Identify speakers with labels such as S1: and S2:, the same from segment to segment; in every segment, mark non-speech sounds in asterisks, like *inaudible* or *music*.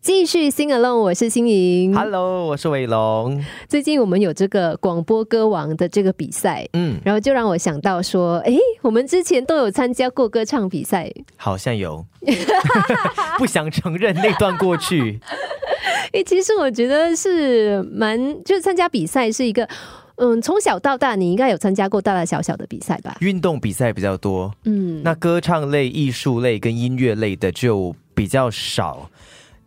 S1: 继续 Sing Along，我是心莹。
S2: Hello，我是伟龙。
S1: 最近我们有这个广播歌王的这个比赛，
S2: 嗯，
S1: 然后就让我想到说，诶，我们之前都有参加过歌唱比赛，
S2: 好像有，不想承认那段过去。
S1: 诶，其实我觉得是蛮，就是参加比赛是一个，嗯，从小到大你应该有参加过大大小小的比赛吧？
S2: 运动比赛比较多，
S1: 嗯，
S2: 那歌唱类、艺术类跟音乐类的就比较少。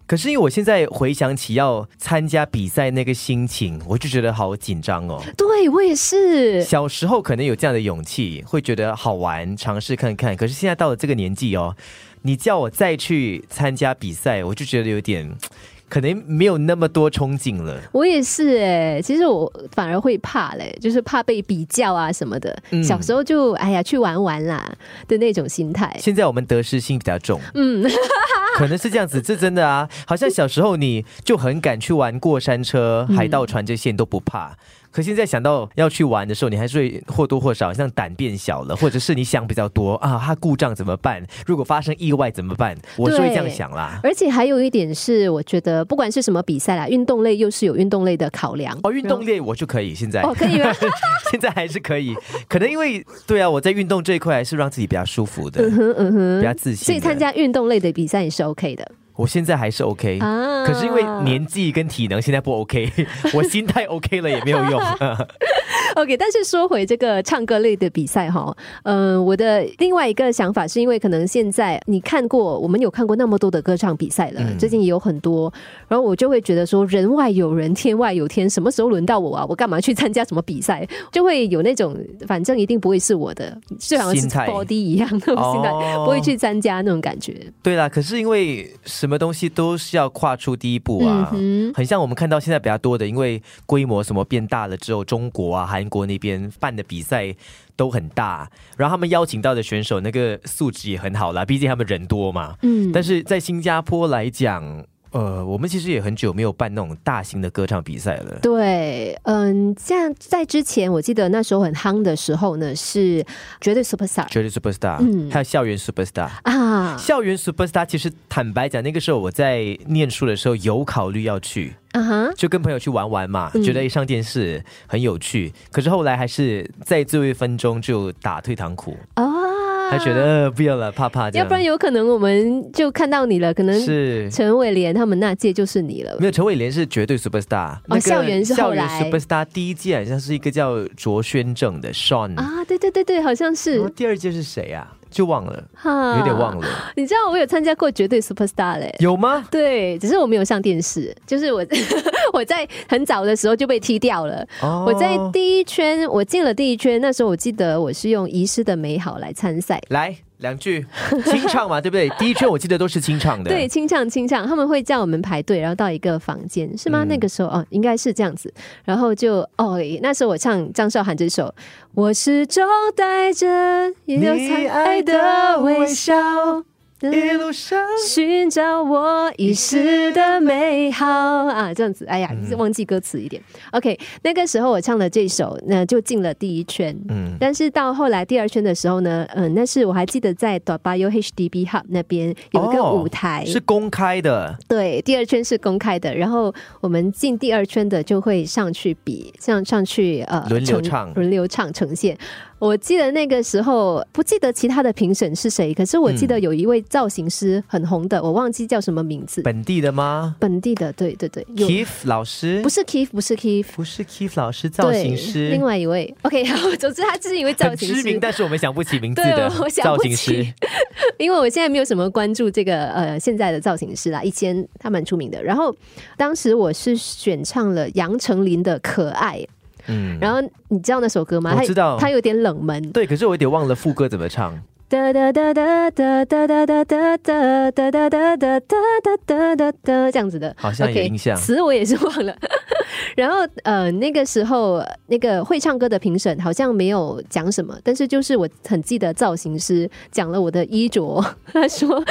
S2: 可是因为我现在回想起要参加比赛那个心情，我就觉得好紧张哦。
S1: 对我也是，
S2: 小时候可能有这样的勇气，会觉得好玩，尝试看看。可是现在到了这个年纪哦，你叫我再去参加比赛，我就觉得有点，可能没有那么多憧憬了。
S1: 我也是诶，其实我反而会怕嘞，就是怕被比较啊什么的。
S2: 嗯
S1: 小时候就哎呀去玩玩啦的那种心态。
S2: 现在我们得失心比较重，
S1: 嗯，
S2: *laughs* 可能是这样子，这真的啊，好像小时候你就很敢去玩过山车、
S1: 嗯
S2: 海盗船这些，你都不怕。可现在想到要去玩的时候，你还是会或多或少像胆变小了，或者是你想比较多啊，它故障怎么办？如果发生意外怎么办？我是会这样
S1: 对
S2: 想啦。
S1: 而且还有一点是，我觉得不管是什么比赛啦，运动类又是有运动类的考量。
S2: 哦，运动类我就可以，现在、
S1: 哦，可以吗？
S2: *laughs* 现在还是可以，可能因为对啊，我在运动这一块还是让自己比较舒服的，
S1: 嗯嗯
S2: 比较
S1: 哼，
S2: 自信。
S1: 所以参，加运动类的比赛也是 OK 的
S2: 我现在还是 OK，、
S1: 啊
S2: 可是因为年纪跟体能现在不 OK，我 *laughs* 心态 OK 了也没有
S1: *laughs*
S2: 用。嗯
S1: OK，但是说回这个唱歌类的比赛哈，嗯、我的另外一个想法是因为可能现在你看过，我们有看过那么多的歌唱比赛了，
S2: 嗯
S1: 最近也有很多，然后我就会觉得说人外有人，天外有天，什么时候轮到我啊？我干嘛去参加什么比赛？就会有那种反正一定不会是我的，就好像是
S2: 心态
S1: body 一样那种心态，
S2: 哦
S1: *laughs* 不会去参加那种感觉。
S2: 对啦，可是因为什么东西都是要跨出第一步啊。
S1: 嗯
S2: 很像我们看到现在比较多的，因为规模什么变大了之后，中国啊、韩国那边办的比赛都很大，然后他们邀请到的选手那个素质也很好啦，毕竟他们人多嘛。
S1: 嗯
S2: 但是在新加坡来讲，呃，我们其实也很久没有办那种大型的歌唱比赛了。
S1: 对，嗯，像在之前，我记得那时候很夯的时候呢，是绝对 superstar
S2: 绝对 Superstar，、
S1: 嗯
S2: 还有校园 Superstar。
S1: 啊
S2: 校园 Superstar 其实坦白讲，那个时候我在念书的时候有考虑要去，
S1: 啊哈，
S2: 就跟朋友去玩玩嘛，
S1: 嗯
S2: 觉得一上电视很有趣。可是后来还是在最后一分钟就打退堂鼓，
S1: 啊，
S2: 他觉得、呃不要了，怕怕这
S1: 要
S2: 样。
S1: 不然有可能我们就看到你了，可能
S2: 是
S1: 陈伟廉他们那届就是你了
S2: 没。有陈伟廉是绝对 Superstar，、那个
S1: 哦校园是后
S2: 校
S1: 来
S2: 园 Superstar 第一届好像是一个叫卓轩正的 Sean
S1: 啊，对对对对，好像是啊
S2: 然后第二届是谁啊？就忘了，
S1: 哈
S2: 嗯有点忘
S1: 了。
S2: 了，
S1: 你知道我有参加过绝对 Superstar 嘞？
S2: 有吗？
S1: 对，只是我没有上电视，就是我 *laughs* 我在很早的时候就被踢掉了。
S2: 哦
S1: 我在第一圈，我进了第一圈，那时候我记得我是用《遗失的美好》来参赛，
S2: 来两句清唱嘛，对不对？第一圈我记得都是清唱的，
S1: 对，，清唱清唱，他们会叫我们排队，然后到一个房间，是吗？
S2: 嗯
S1: 那个时候哦，应该是这样子。然后就哦，那时候我唱张韶涵这首《我始终带着一个
S2: 你
S1: 灿
S2: 爱
S1: 爱
S2: 的
S1: 的
S2: 微
S1: 微
S2: 笑
S1: 笑》
S2: 一路上
S1: 寻找我遗失的美好啊，这样子，哎呀，忘记歌词一点。OK，那
S2: 嗯
S1: 个时候我唱了这首，那就进了第一圈。
S2: 嗯
S1: 但是到后来第二圈的时候呢，嗯、那是我还记得在 d o b a y o HDB Hub 那边有一个
S2: 哦
S1: 舞台，
S2: 是公开的，
S1: 对，第二圈是公开的，然后我们进第二圈的就会上去比，上上去呃
S2: 轮流
S1: 呈
S2: 唱
S1: 轮流唱呈现。我记得那个时候不记得其他的评审是谁，可是我记得
S2: 嗯
S1: 有一位造型师很红的，我忘记叫什么名字，
S2: 本地的吗
S1: 本地的，对对对，有
S2: ？Keith 老师
S1: 不是 Keith，不是 Keith，
S2: 不是 Keith 老师，造
S1: 对，
S2: 型师，
S1: 另外一位。OK，好，总之他就是一位造
S2: 很
S1: 型
S2: 知
S1: 师，
S2: 名，但是我们想不起名字
S1: 对
S2: 的
S1: 我想
S2: 造
S1: 不
S2: 型师
S1: 起。 *laughs* 因为我现在没有什么关注这个呃现在的造型师啦，以前他蛮出名的。然后当时我是选唱了杨丞琳的《可爱》，
S2: 嗯，
S1: 然后你知道那首歌吗？
S2: 我
S1: 它
S2: 知道
S1: 它有点冷门。
S2: 对，可是我有点忘了副歌怎么唱。
S1: 哒哒哒哒哒哒哒哒哒哒哒哒哒哒哒哒哒哒这样子的，
S2: 好像有
S1: OK，
S2: 印象
S1: 词我也是忘了。 *laughs* 然后呃，那个时候那个会唱歌的评审好像没有讲什么，但是就是我很记得造型 *laughs* 师讲了我的衣着，他说：“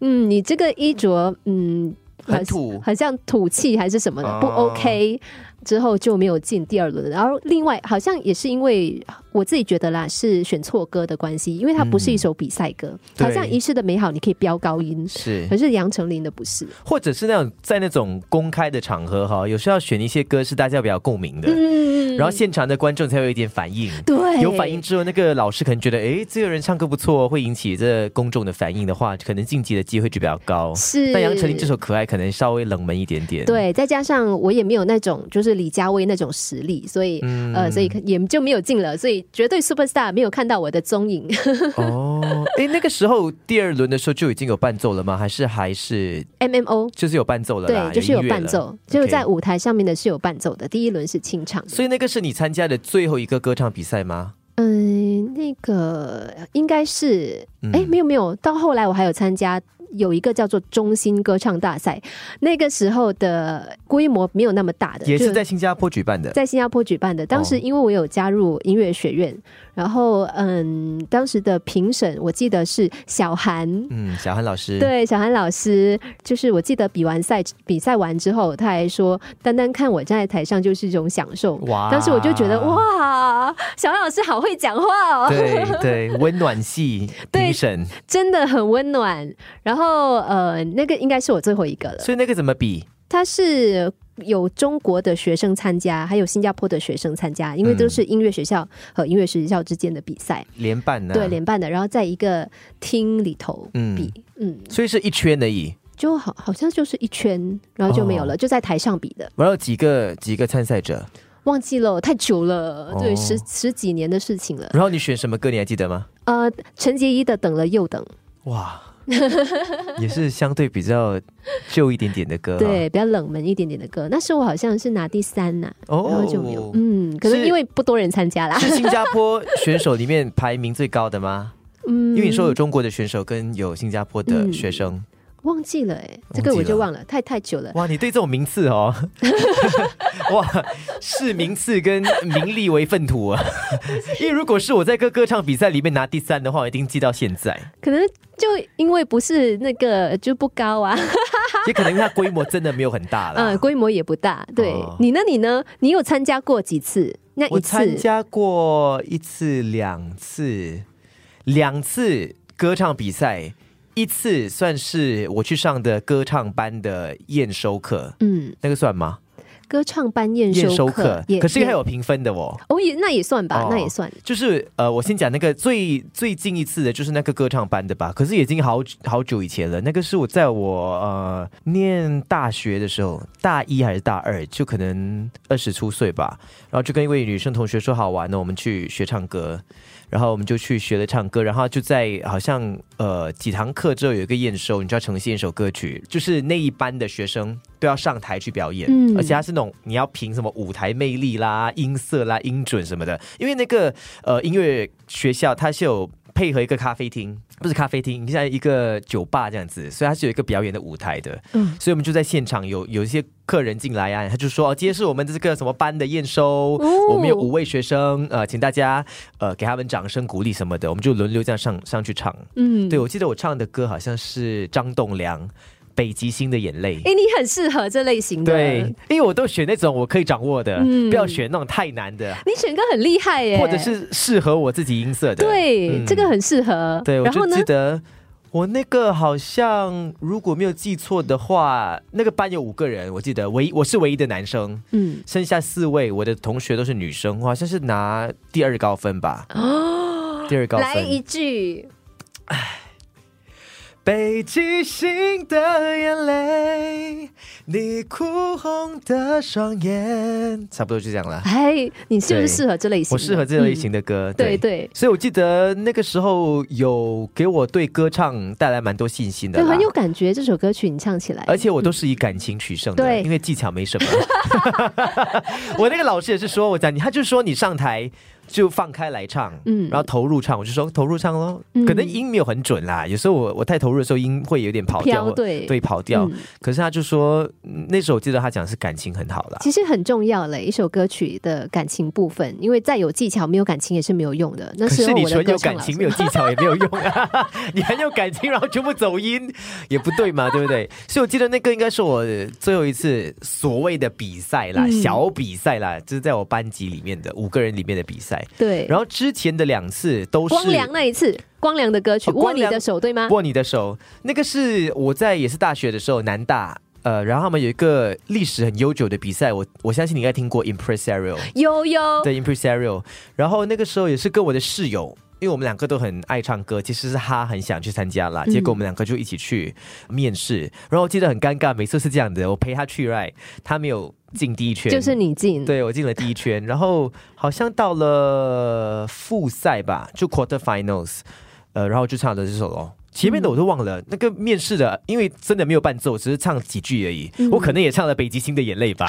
S1: 嗯，你这个衣着，嗯。”
S2: 很土
S1: 很像土气还是什么的，不
S2: 哦
S1: OK，之后就没有进第二轮。然后另外好像也是因为我自己觉得啦，是选错歌的关系，因为它不是一首比赛歌，
S2: 对
S1: 好像《遗失的美好》你可以飙高音，
S2: 是
S1: 可，是杨丞琳的不是。
S2: 或者是那种在那种公开的场合哈，有时候要选一些歌是大家比较有共鸣的，
S1: 嗯
S2: 然后现场的观众才有一点反应。
S1: 对
S2: 有反应之后，那个老师可能觉得，诶，这个人唱歌不错，会引起这公众的反应的话，可能晋级的机会就比较高。
S1: 是。
S2: 但杨丞琳这首《可爱》可能稍微冷门一点点。，
S1: 对，再加上我也没有那种就是李佳薇那种实力，所以、
S2: 嗯
S1: 呃，所以也就没有进了，所以绝对 superstar 没有看到我的踪影。
S2: 哦，诶，那个时候第二轮的时候就已经有伴奏了吗？还是还是
S1: MMO
S2: 就是有伴奏了啦？
S1: 对，就是有
S2: 音乐了
S1: 伴。奏，就是
S2: OK
S1: 在舞台上面的是有伴奏的。第一轮是清唱的，
S2: 所以那个是你参加的最后一个歌唱比赛吗？
S1: 嗯，那个应该是
S2: 嗯
S1: 哎，没有没有，到后来我还有参加。有一个叫做中心歌唱大赛，那个时候的规模没有那么大的，
S2: 也
S1: 就是
S2: 在新加坡举办的。
S1: 在新加坡举办的。当时
S2: 哦
S1: 因为我有加入音乐学院，然后嗯，当时的评审我记得是小韩。
S2: 嗯，小韩老师。
S1: 对，小韩老师就是我记得比完赛比赛完之后，他还说，单单看我站在台上就是一种享受。
S2: 哇啊
S1: 当时我就觉得哇，小韩老师好会讲话哦，
S2: 对对，温暖系
S1: *laughs* 对
S2: 评审，
S1: *laughs* 真的很温暖。然后呃，那个应该是我最后一个了。
S2: 所以那个怎么比？
S1: 它是有中国的学生参加，还有新加坡的学生参加，因为都是音乐学校和音乐学校之间的比赛，
S2: 连办啊呢、
S1: 对联办的，然后在一个厅里头比，嗯
S2: 所以是一圈而已。
S1: 就好好像就是一圈，然后就没有
S2: 哦
S1: 了，就在台上比的，
S2: 然后几个几个参赛者，
S1: 忘记了太久了，
S2: 哦
S1: 对十十几年的事情了。
S2: 然后你选什么歌？你还记得吗？
S1: 呃，陈洁仪的等了又
S2: 啊
S1: 等，
S2: 哇， *laughs* 也是相对比较旧一点点的歌、啊。
S1: 对，比较冷门一点点的歌，那时我好像是拿第三呐、
S2: 哦，
S1: 然后就没有，嗯，可能
S2: 是
S1: 因为不多人参加啦，
S2: 是新加坡选手里面排名最高的吗？
S1: *laughs* 嗯，
S2: 因为你说有中国的选手跟有新加坡的学生，
S1: 忘记了哎、这个
S2: 忘记
S1: 我就
S2: 了
S1: 忘了，太太久了。
S2: 哇，你对这种名次哦， *laughs* 哇，视名次跟名利为粪土啊！ *laughs* 因为如果是我在各歌唱比赛里面拿第三的话，我一定记到现在，
S1: 可能就因为不是那个就不高啊，
S2: 也可能因为它规模真的没有很大啦。
S1: 嗯，规模也不大。对、
S2: 哦
S1: 你呢？你呢？你有参加过几次？那
S2: 我
S1: 哎一
S2: 参
S1: 次
S2: 加过一次、两次，两次歌唱比赛，一次算是我去上的歌唱班的验收课，
S1: 嗯，
S2: 那个算吗？
S1: 歌唱班验
S2: 验收
S1: 收
S2: 课
S1: 课，也，
S2: 可是
S1: 也
S2: 还有评分的哦。
S1: 哦，也那也算吧，
S2: 哦
S1: 那也算。
S2: 就是呃，我先讲那个最最近一次的，就是那个歌唱班的吧。可是已经好好久以前了，那个是我在我呃念大学的时候，大一还是大二，就可能二十出岁吧。然后就跟一位女生同学说好玩呢，哦我们去学唱歌。然后我们就去学了唱歌，然后就在好像呃几堂课之后有一个验收，你就要呈现一首歌曲，就是那一班的学生都要上台去表演，
S1: 嗯
S2: 而且他是那种你要凭什么舞台魅力啦、音色啦、音准什么的，因为那个呃音乐学校它是有。配合一个咖啡厅，不是咖啡厅，像一个酒吧这样子，所以它是有一个表演的舞台的。
S1: 嗯
S2: 所以我们就在现场有有一些客人进来啊，他就说：“哦，今天是我们这个什么班的验收，
S1: 哦
S2: 我们有五位学生，呃，请大家呃给他们掌声鼓励什么的，我们就轮流这样上上去唱。
S1: 嗯，
S2: 对，我记得我唱的歌好像是张栋梁《北极星的眼泪》。
S1: 哎、你很适合这类型的。
S2: 对，因为我都选那种我可以掌握的，
S1: 嗯
S2: 不要选那种太难的，
S1: 你选歌很厉害耶，
S2: 或者是适合我自己音色的。
S1: 对、
S2: 嗯
S1: 这个很适合。
S2: 对，我
S1: 然后
S2: 就
S1: 呢
S2: 记？得我那个好像如果没有记错的话，那个班有五个人，我记得唯一我是唯一的男生，
S1: 嗯，
S2: 剩下四位我的同学都是女生，我好像是拿第二高分吧。第二高
S1: 哦来一
S2: 分，
S1: 句，
S2: 北极星的眼泪，你哭红的双眼，差不多就这样了。
S1: 哎，你是不
S2: 对
S1: 是适合这类型的？
S2: 我适合这类型
S1: 嗯
S2: 的歌，
S1: 对对。
S2: 所以我记得那个时候有给我对歌唱带来蛮多信心的
S1: 对，
S2: 啦，
S1: 很有感觉。这首歌曲你唱起来，
S2: 而且我都是以感情取胜的，
S1: 对
S2: 因 *laughs* 为技巧没什么。我那个老师也是说，我讲你，他就说你上台就放开来唱，
S1: 嗯
S2: 然后投入唱，我就说投入唱咯。
S1: 嗯
S2: 可能音没有很准啦，有时候我我太投入的时候音会有点跑掉
S1: 飘，对
S2: 对跑掉。
S1: 嗯
S2: 可是他就说嗯那时候我记得他讲是感情很好啦，
S1: 其实很重要嘞，一首歌曲的感情部分，因为再有技巧，没有感情也是没有用的。那
S2: 可
S1: 时
S2: 是
S1: 候
S2: 你
S1: 我的
S2: 纯有
S1: 歌唱
S2: 感
S1: 老
S2: 情，
S1: 师
S2: 没有技巧也没有用啊！ *laughs* 你很有感情，然后全部走音，也不对嘛，对不
S1: *laughs*
S2: 对？所以我记得那个应该是我最后一次所谓的比赛啦，
S1: 嗯
S2: 小比赛啦，就是在我班级里面的五个人里面的比赛。
S1: 对，
S2: 然后之前的两次都是
S1: 光良啊那一次，光良的歌曲《
S2: 哦光
S1: 握你
S2: 良
S1: 的手》对吗？
S2: 握你的手，那个是我在也是大学的时候，南大。呃，然后他们有一个历史很悠久的比赛，我我相信你应该听过 Impresario。
S1: 悠悠，
S2: 对 impresario。然后那个时候也是跟我的室友，因为我们两个都很爱唱歌，其实是他很想去参加啦，
S1: 嗯
S2: 结果我们两个就一起去面试。然后我记得很尴尬，每次是这样的，我陪他去 right，他没有进第一圈，
S1: 就是你进，
S2: 对我进了第一圈，然后好像到了复赛吧，就 quarter finals，呃，然后就唱了这首咯。前
S1: 嗯
S2: 面的我都忘了，那个面试的，因为真的没有伴奏，只是唱几句而已。
S1: 嗯
S2: 我可能也唱了《北极星的
S1: *laughs*
S2: 眼泪》吧。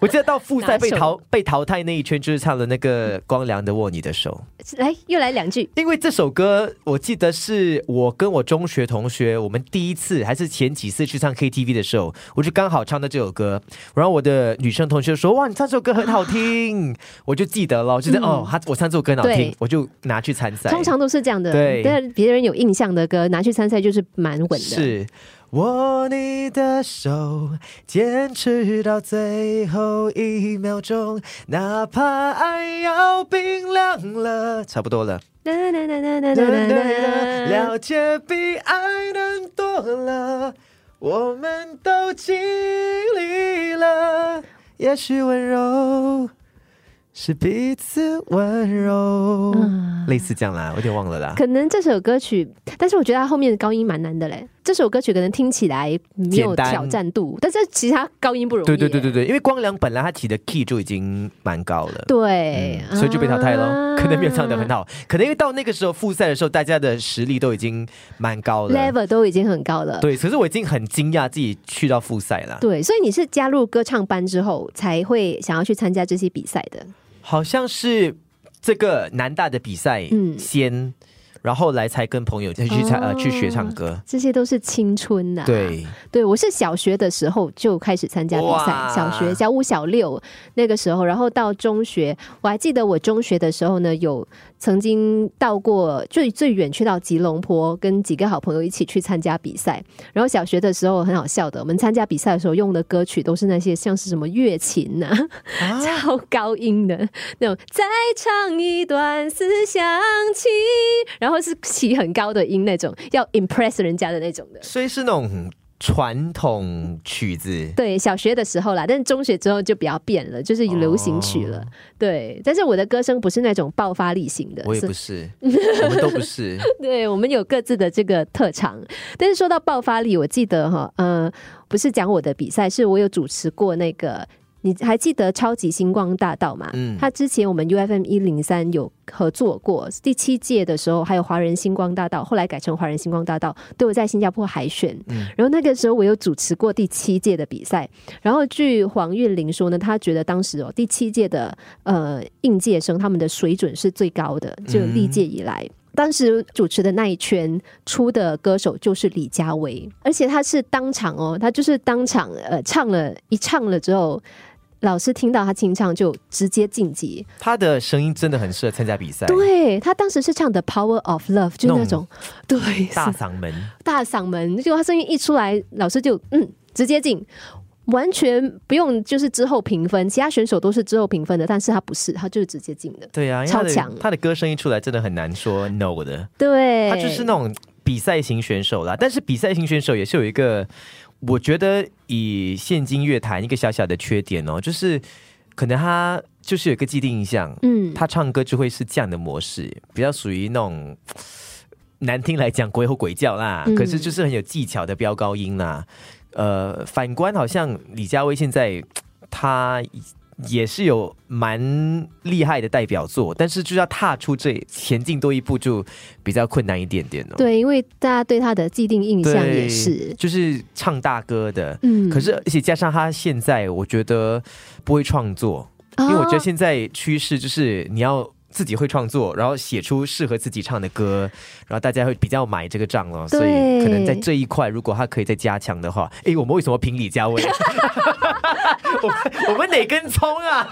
S2: 我记得到复赛被
S1: 哪首
S2: 淘被淘汰那一圈，就是唱了那个光良的《握你的手》。
S1: 来又来两句，
S2: 因为这首歌，我记得是我跟我中学同学，我们第一次还是前几次去唱 KTV 的时候，我就刚好唱到这首歌，然后我的女生同学就说：“哇，你唱这首歌很好听。我就记得了，我觉得、
S1: 嗯
S2: 哦，他我唱这首歌很好听
S1: 对，
S2: 我就拿去参赛。
S1: 通常都是这样的。
S2: 对
S1: 但别人有印象的歌拿去参赛就是蛮稳的。
S2: 是握你的手，坚持到最后一秒钟，哪怕爱要冰凉了，差不多了。
S1: 哒哒哒哒哒哒哒哒
S2: 了解比爱难多了，我们都经历了。也许温柔是彼此温柔，
S1: 嗯
S2: 类似这样啦，我有点忘了啦。
S1: 可能这首歌曲，但是我觉得它后面的高音蛮难的嘞。这首歌曲可能听起来没有
S2: 简单
S1: 挑战度，但是其实它高音不容易。
S2: 对对对对对，因为光良本来他起的 key 就已经蛮高了。嗯
S1: 对，
S2: 所以就被淘汰
S1: 啊
S2: 咯，可能没有唱的很。好，可能因为到那个时候复赛的时候，大家的实力都已经蛮高了。
S1: level 都已经很高了。
S2: 对，可是我已经很惊讶自己去到复赛了。
S1: 对，所以你是加入歌唱班之后才会想要去参加这些比赛的。
S2: 好像是这个南大的比赛
S1: 嗯
S2: 先，然后后来才跟朋友再去唱、
S1: 哦啊
S2: 呃去学唱歌。
S1: 这些都是青春呐、，
S2: 对，
S1: 对我是小学的时候就开始参加比赛
S2: 哇，
S1: 小学小五、小六那个时候，然后到中学，我还记得我中学的时候呢，有曾经到过最最远去到吉隆坡，跟几个好朋友一起去参加比赛。然后小学的时候很好笑的，我们参加比赛的时候用的歌曲都是那些像是什么月琴呐、*laughs*
S2: 啊
S1: 超高音的那种，再唱一段思乡情，然后是起很高的音那种，要 impress 人家的那种的。
S2: 所以是那种传统曲子。
S1: 对，小学的时候啦，但是中学之后就比较变了，就是流行曲了。
S2: 哦
S1: 对，但是我的歌声不是那种爆发力型的，
S2: 我也不是，我们都
S1: *laughs*
S2: 不是。
S1: 对，我们有各自的这个特长。但是说到爆发力，我记得哈，呃，不是讲我的比赛，是我有主持过那个。你还记得《超级星光大道》吗？
S2: 嗯
S1: 它之前我们 U F M 一零三有合作过，第七届的时候还有华人星光大道，后来改成华人星光大道，都有在新加坡海选。
S2: 嗯
S1: 然后那个时候我有主持过第七届的比赛，然后据黄韵玲说呢，她觉得当时哦第七届的呃应届生他们的水准是最高的，就历届以来。当时主持的那一圈出的歌手就是李佳薇，而且他是当场哦，他就是当场呃唱了一唱了之后，老师听到他清唱就直接晋级。
S2: 他的声音真的很适合参加比赛，
S1: 对他当时是唱的《Power of Love》，就是那种对
S2: 大
S1: 是
S2: 嗓门，
S1: 大嗓门，结果他声音一出来，老师就嗯直接进，完全不用就是之后评分，其他选手都是之后评分的，但是他不是，他就是直接进的。
S2: 对啊，因为他
S1: 超强
S2: 的他的歌声音出来真的很难说 no 的，
S1: 对，
S2: 他就是那种比赛型选手啦。但是比赛型选手也是有一个，我觉得以现今乐坛一个小小的缺点哦，就是可能他就是有一个既定印象，
S1: 嗯，
S2: 他唱歌就会是这样的模式，比较属于那种。难听来讲，鬼吼鬼叫啦，
S1: 嗯
S2: 可是就是很有技巧的飙高音啦。呃，反观好像李佳薇现在，她也是有蛮厉害的代表作，但是就要踏出这前进多一步就比较困难一点点哦。
S1: 对，因为大家对他的既定印
S2: 对，
S1: 象也是，
S2: 就是唱大歌的，
S1: 嗯，
S2: 可是而且加上他现在，我觉得不会创作。因为我
S1: 哦
S2: 觉得现在趋势就是你要。自己会创作，然后写出适合自己唱的歌，然后大家会比较买这个账了。所以可能在这一块，如果他可以再加强的话，哎，我们为什么评李佳薇？ *laughs* 我们我们哪根葱啊？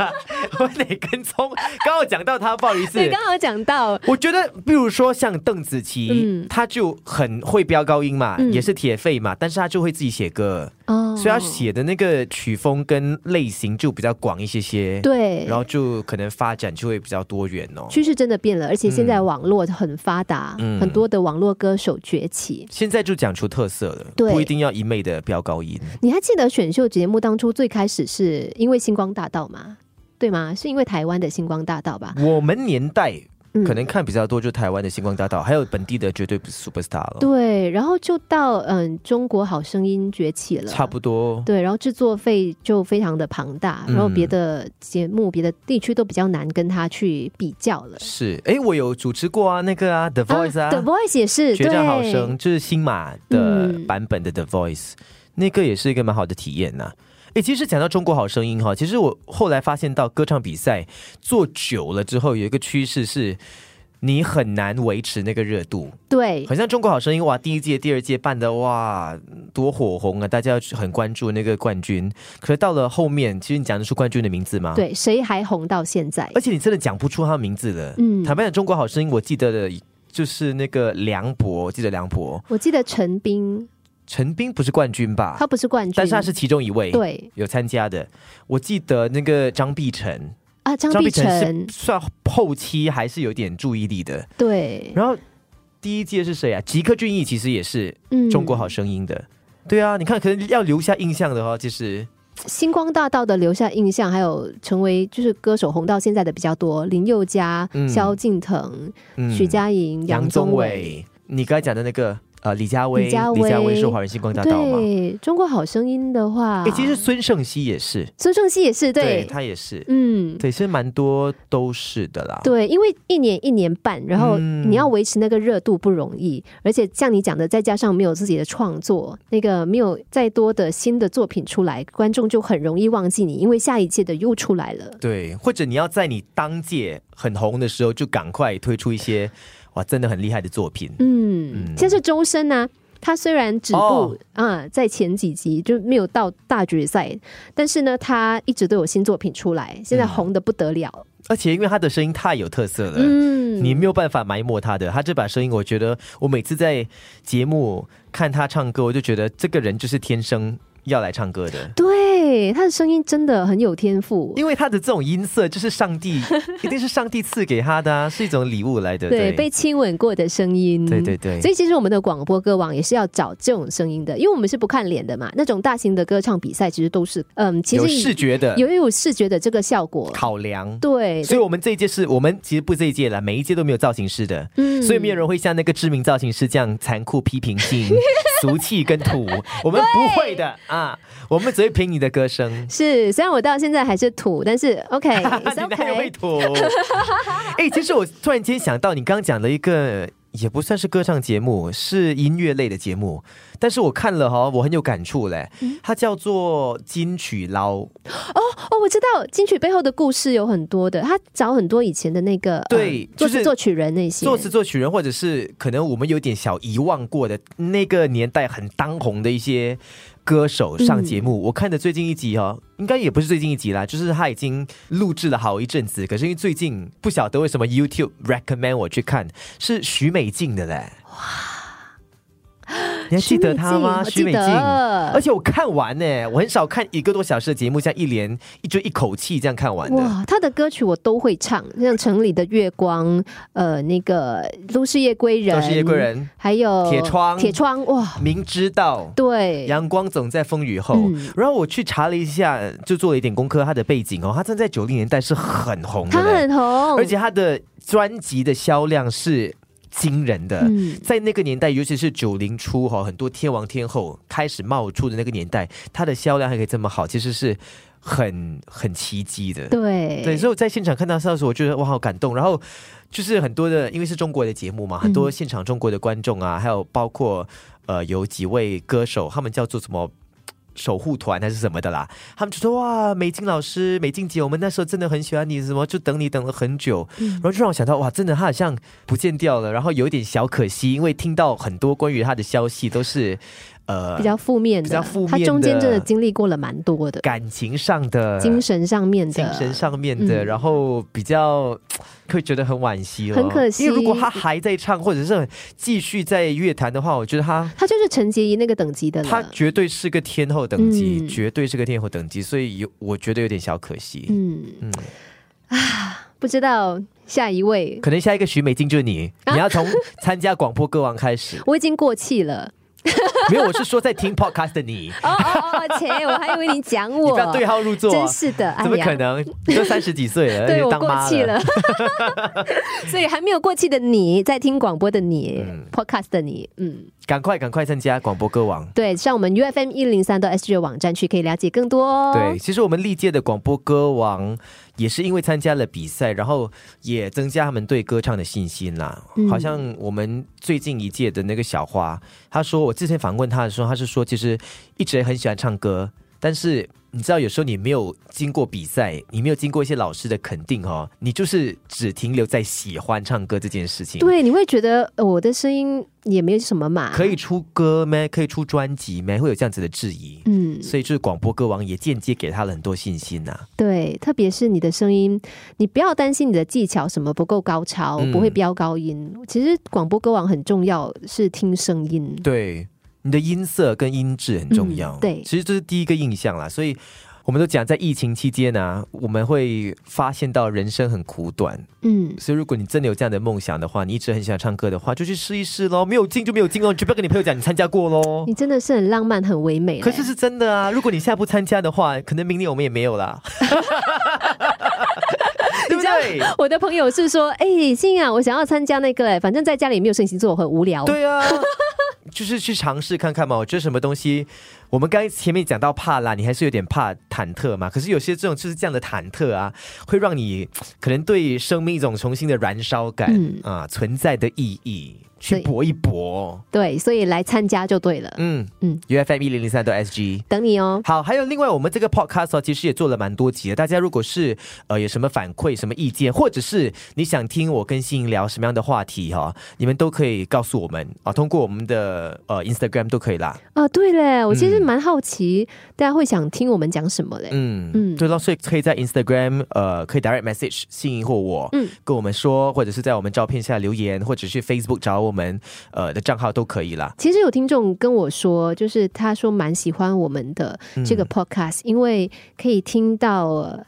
S2: 我们哪根葱？刚好讲到他，不好意思，
S1: 对，刚好讲到，
S2: 我觉得，比如说像邓紫棋，
S1: 嗯
S2: 她就很会飙高音嘛，
S1: 嗯
S2: 也是铁肺嘛，但是她就会自己写歌，
S1: 哦
S2: 所以她写的那个曲风跟类型就比较广一些些，，
S1: 对，
S2: 然后就可能发展就会比较多元哦。
S1: 趋势真的变了，而且现在网络很发达，
S2: 嗯
S1: 很多的网络歌手崛起。
S2: 现在就讲出特色了，
S1: 对
S2: 不一定要一昧的飙高音。
S1: 你还记得选秀节目当初最开始是因为星光大道吗？对吗？是因为台湾的星光大道吧？
S2: 我们年代
S1: 嗯
S2: 可能看比较多，就台湾的星光大道，还有本地的绝对不是 superstar 了，
S1: 对，然后就到嗯中国好声音崛起了，
S2: 差不多。
S1: 对，然后制作费就非常的庞大，
S2: 嗯
S1: 然后别的节目、别的地区都比较难跟它去比较了。
S2: 是，哎，我有主持过啊，那个啊，The Voice 啊
S1: The Voice 也是
S2: 倔强好
S1: 对
S2: 声，就是新马的
S1: 嗯
S2: 版本的 The Voice，、那个也是一个蛮好的体验呐、诶，其实讲到中国好声音哈，其实我后来发现到歌唱比赛做久了之后，有一个趋势是。你很难维持那个热度，
S1: 对
S2: 很像中国好声音哇，第一届、第二届办的哇，多火红啊！大家很关注那个冠军，可是到了后面，其实你讲得出冠军的名字吗？，
S1: 对，谁还红到现在？
S2: 啊而且你真的讲不出他的名字了。
S1: 嗯
S2: 坦白讲，中国好声音我记得的就是那个梁博，我记得梁博，
S1: 我记得陈斌
S2: 陈斌不是冠军吧？
S1: 他不是冠军，
S2: 啊但是他是其中一位，，
S1: 对
S2: 有参加的。我记得那个张碧晨，
S1: 啊，张
S2: 碧
S1: 碧
S2: 晨
S1: 晨
S2: 是算后期还是有点注意力的。
S1: 对，
S2: 然后第一届是谁啊？吉克隽逸其实也是
S1: 嗯
S2: 中国好声音的。对啊，你看，可能要留下印象的哦话，就是
S1: 星光大道的留下印象，还有成为就是歌手红到现在的比较多，林宥嘉、
S2: 嗯
S1: 萧敬腾、
S2: 嗯
S1: 许佳莹、
S2: 杨宗
S1: 宗纬。
S2: 纬，你刚才讲的那个呃，李佳薇，
S1: 李佳薇
S2: 是华人星光大道嘛？
S1: 对中国好声音的话，
S2: 哎、其实孙盛熙也是，
S1: 孙盛熙也是对，
S2: 他也是，
S1: 嗯，
S2: 对，其实蛮多都是的啦。
S1: 对，因为一年一年半，然后
S2: 嗯
S1: 你要维持那个热度不容易，而且像你讲的，再加上没有自己的创作，那个没有再多的新的作品出来，观众就很容易忘记你，因为下一届的又出来了。
S2: 对，或者你要在你当届很红的时候，就赶快推出一些哇，真的很厉害的作品。
S1: 嗯，像是周深呢、他虽然止步啊、
S2: 哦
S1: 在前几集就没有到大决赛，但是呢，他一直都有新作品出来，现在
S2: 嗯
S1: 红的不得了。
S2: 而且因为他的声音太有特色了，
S1: 嗯，
S2: 你没有办法埋没他的。他这把声音，我觉得我每次在节目看他唱歌，我就觉得这个人就是天生要来唱歌的。
S1: 对他的声音真的很有天赋。
S2: 因为他的这种音色，就是上帝，一定是上帝赐给他的、啊，是一种礼物来的。
S1: 对，被亲吻过的声音，
S2: 对对对
S1: 所以其实我们的广播歌王也是要找这种声音的，因为我们是不看脸的嘛。那种大型的歌唱比赛，其实都是嗯，其
S2: 有
S1: 实
S2: 视觉的
S1: 有有视觉的这个效果。
S2: 考量。
S1: 对，
S2: 所以，我们这一届是我们其实不这一届了，每一届都没有造型师的，
S1: 嗯
S2: 所以没有人会像那个知名造型师这样残酷批评
S1: *laughs*
S2: 性、俗气跟土。我们不会的啊，我们只会评你的
S1: *laughs*
S2: 歌声。啊
S1: 是，虽然我到现在还是土，但是
S2: *laughs*
S1: OK，
S2: 你
S1: it's
S2: 哪里会
S1: OK。
S2: 土？哎、其实我突然间想到，你刚刚讲了一个。也不算是歌唱节目，是音乐类的节目，但是我看了哈，我很有感触嘞。
S1: 嗯
S2: 它叫做金曲捞，
S1: 哦，我知道金曲背后的故事有很多的，他找很多以前的那个
S2: 对
S1: 呃作
S2: 就是
S1: 词作曲人那些
S2: 作词作曲人，或者是可能我们有点小遗忘过的那个年代很当红的一些歌手上节
S1: 嗯
S2: 目。我看的最近一集哦，应该也不是最近一集啦，就是他已经录制了好一阵子，可是因为最近不晓得为什么 YouTube recommend 我去看，是许美静的嘞。哇，你还记得她吗？
S1: 徐
S2: 许
S1: 美
S2: 美
S1: 静我记
S2: 静。哦
S1: 得
S2: 而且我看完呢，我很少看一个多小时的节目，像一连一就一口气这样看完的。
S1: 哇，他的歌曲我都会唱，像《城里的月光》，呃，那个《都市夜归人》，
S2: 都是夜归，人，
S1: 还有《
S2: 铁窗
S1: 铁窗》哇，
S2: 明知道。 *laughs*
S1: 对，
S2: 阳光总在风雨后。
S1: 嗯
S2: 然后我去查了一下，就做了一点功课，他的背景哦，他真在九零年代是很红的
S1: 他
S2: 嘞，
S1: 很红，
S2: 而且他的专辑的销量是惊人的。
S1: 嗯
S2: 在那个年代，尤其是九零初哈，很多天王天后开始冒出的那个年代，它的销量还可以这么好，其实是很很奇迹的。
S1: 对
S2: 对，所以我在现场看到他的时候，我觉得哇，好感动。然后就是很多的，因为是中国的节目嘛，很
S1: 嗯
S2: 多现场中国的观众啊，还有包括呃有几位歌手，他们叫做什么守护团还是什么的啦，他们就说哇，美静老师、美静姐，我们那时候真的很喜欢你，什么就等你等了很久，然
S1: 嗯
S2: 后就让我想到哇，真的他好像不见掉了，然后有一点小可惜，因为听到很多关于他的消息都是呃
S1: 比较负面的，
S2: 比较负面的
S1: 他中间真的经历过了蛮多的，
S2: 感情上的、
S1: 精神上面的，嗯
S2: 精神上面的，然后比较会觉得很惋惜了，
S1: 很可惜
S2: 因为如果他还在唱，或者是继续在乐坛的话，我觉得
S1: *laughs*
S2: 他
S1: 他就是陈洁仪那个等级的
S2: 他
S1: 了。
S2: 绝对是个天后等级，
S1: 啊嗯
S2: 绝对是个天后等级，所以有我觉得有点小可惜。
S1: 嗯
S2: 嗯
S1: 啊，不知道下一位，
S2: 可能下一个许美静就是你，
S1: 啊
S2: 你要从参加广播歌王
S1: *laughs*
S2: 开始。
S1: 我已经过气
S2: *laughs*
S1: 了。
S2: 没有，我是说在听 podcast 的你，
S1: 哦哦哦，切，我还以为你讲 *laughs*
S2: 你
S1: 我，
S2: 不要对号入座啊、
S1: 真是的，哎
S2: 怎么
S1: 呀
S2: 可能？你都三十几岁
S1: *laughs*
S2: 了，
S1: 对
S2: 你
S1: 我
S2: 当
S1: 过
S2: 妈
S1: 气
S2: *laughs*
S1: 了，所以还没有过气的你，在听广播的你、
S2: 嗯
S1: p o d c a s t 的你，嗯，
S2: 赶快赶快参加广播歌王。
S1: 对，上我们 U F M 一零三到 S G 的网站去可以了解更多哦。
S2: 对，，其实我们历届的广播歌王也是因为参加了比赛，然后也增加他们对歌唱的信心啦。
S1: 嗯
S2: 好像我们最近一届的那个小花，她说我之前访问她的时候，她是说其实一直很喜欢唱歌，但是你知道有时候你没有经过比赛，你没有经过一些老师的肯定哦，你就是只停留在喜欢唱歌这件事情。。
S1: 对，你会觉得呃我的声音也没有什么嘛，
S2: 可以，出歌咩？可以出专辑咩？会有这样子的质疑，
S1: 嗯，
S2: 所以就是广播歌王也间接给她了很多信心呐、
S1: 对，特别是你的声音，你不要担心你的技巧什么不够高超，
S2: 嗯
S1: 不会飙高音。其实广播歌王很重要，是听声音。
S2: 对，你的音色跟音质很重要。
S1: 嗯对
S2: 其实这是第一个印象啦，所以。我们都讲，在疫情期间呢、啊我们会发现到人生很苦短，
S1: 嗯，
S2: 所以如果你真的有这样的梦想的话，你一直很想唱歌的话，就去试一试喽。没有进就没有进喽，你就不要跟你朋友讲你参加过喽
S1: *laughs* 你。真的是很浪漫，很唯美嘞。
S2: 可是是真的啊，如果你现在不参加的话，可能明年我们也没
S1: *laughs*
S2: 有啦， *laughs* 对不对？
S1: 我的朋友是说，哎、欣啊，我想要参加那个、哎，反正在家里没有事情做，我很无聊。
S2: 对啊， *laughs* 就是去尝试看看嘛。我觉得什么东西，我们刚才前面讲到怕啦，你还是有点怕忐忑嘛。可是有些这种就是这样的忐忑啊，会让你可能对生命一种重新的燃烧感、
S1: 嗯
S2: 啊，存在的意义，去
S1: 对
S2: 搏一搏。
S1: 对，所以来参加就对了。
S2: 嗯嗯
S1: 嗯
S2: ，UFM 一零零三的 SG。
S1: 等你哦，
S2: 好，还有另外我们这个 podcast 哦，其实也做了蛮多集的。大家如果是呃有什么反馈、什么意见，或者是你想听我跟欣聊什么样的话题哈、哦，你们都可以告诉我们啊，通过我们的呃 Instagram 都可以啦。
S1: 啊，对嘞，我其实蛮好奇，大家会想听我们讲什么嘞？
S2: 嗯嗯，
S1: 嗯
S2: 对咯，所以可以在 Instagram 呃可以 direct message 欣怡或我，嗯
S1: 嗯，
S2: 跟我们说，或者是在我们照片下留言，或者是 Facebook 找我们呃的账号都可以啦。
S1: 其实有听众跟我说，就是他说蛮喜欢我们的这
S2: 嗯
S1: 个 podcast，、因为可以听到。呃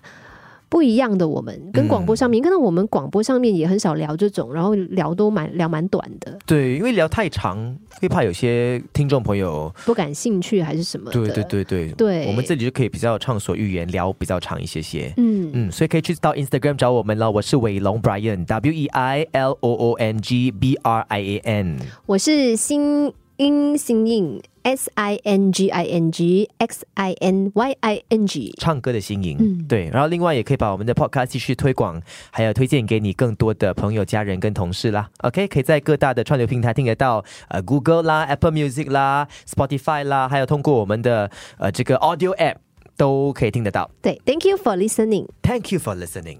S1: 不一样的我们跟广播上
S2: 嗯
S1: 面，可能我们广播上面也很少聊这种，然后聊都蛮聊蛮短的，
S2: 对，因为聊太长，会怕有些听众朋友，
S1: 不感兴趣还是什么的。
S2: 对对对对，
S1: 对
S2: 我们这里就可以比较畅所欲言，聊比较长一些些。
S1: 嗯，
S2: 嗯，所以可以去到 Instagram 找我们了。我是伟龙 Brian W E I L O O N G B R I A N。
S1: 我是新英新印 S I N G I N G X I N Y I N G。
S2: 唱歌的新颖，
S1: 嗯
S2: 对，然后另外也可以把我们的 podcast 继续推广，还有推荐给你更多的朋友、家人跟同事啦。OK，可以在各大的串流平台听得到，呃，Google 啦、Apple Music 啦、Spotify 啦，还有通过我们的呃这个 Audio App 都可以听得到。
S1: 对，Thank you for listening.
S2: Thank you for listening，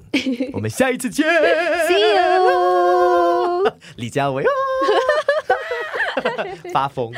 S2: 我们下一次见
S1: See you.
S2: 李佳薇，哦 *laughs* 发疯。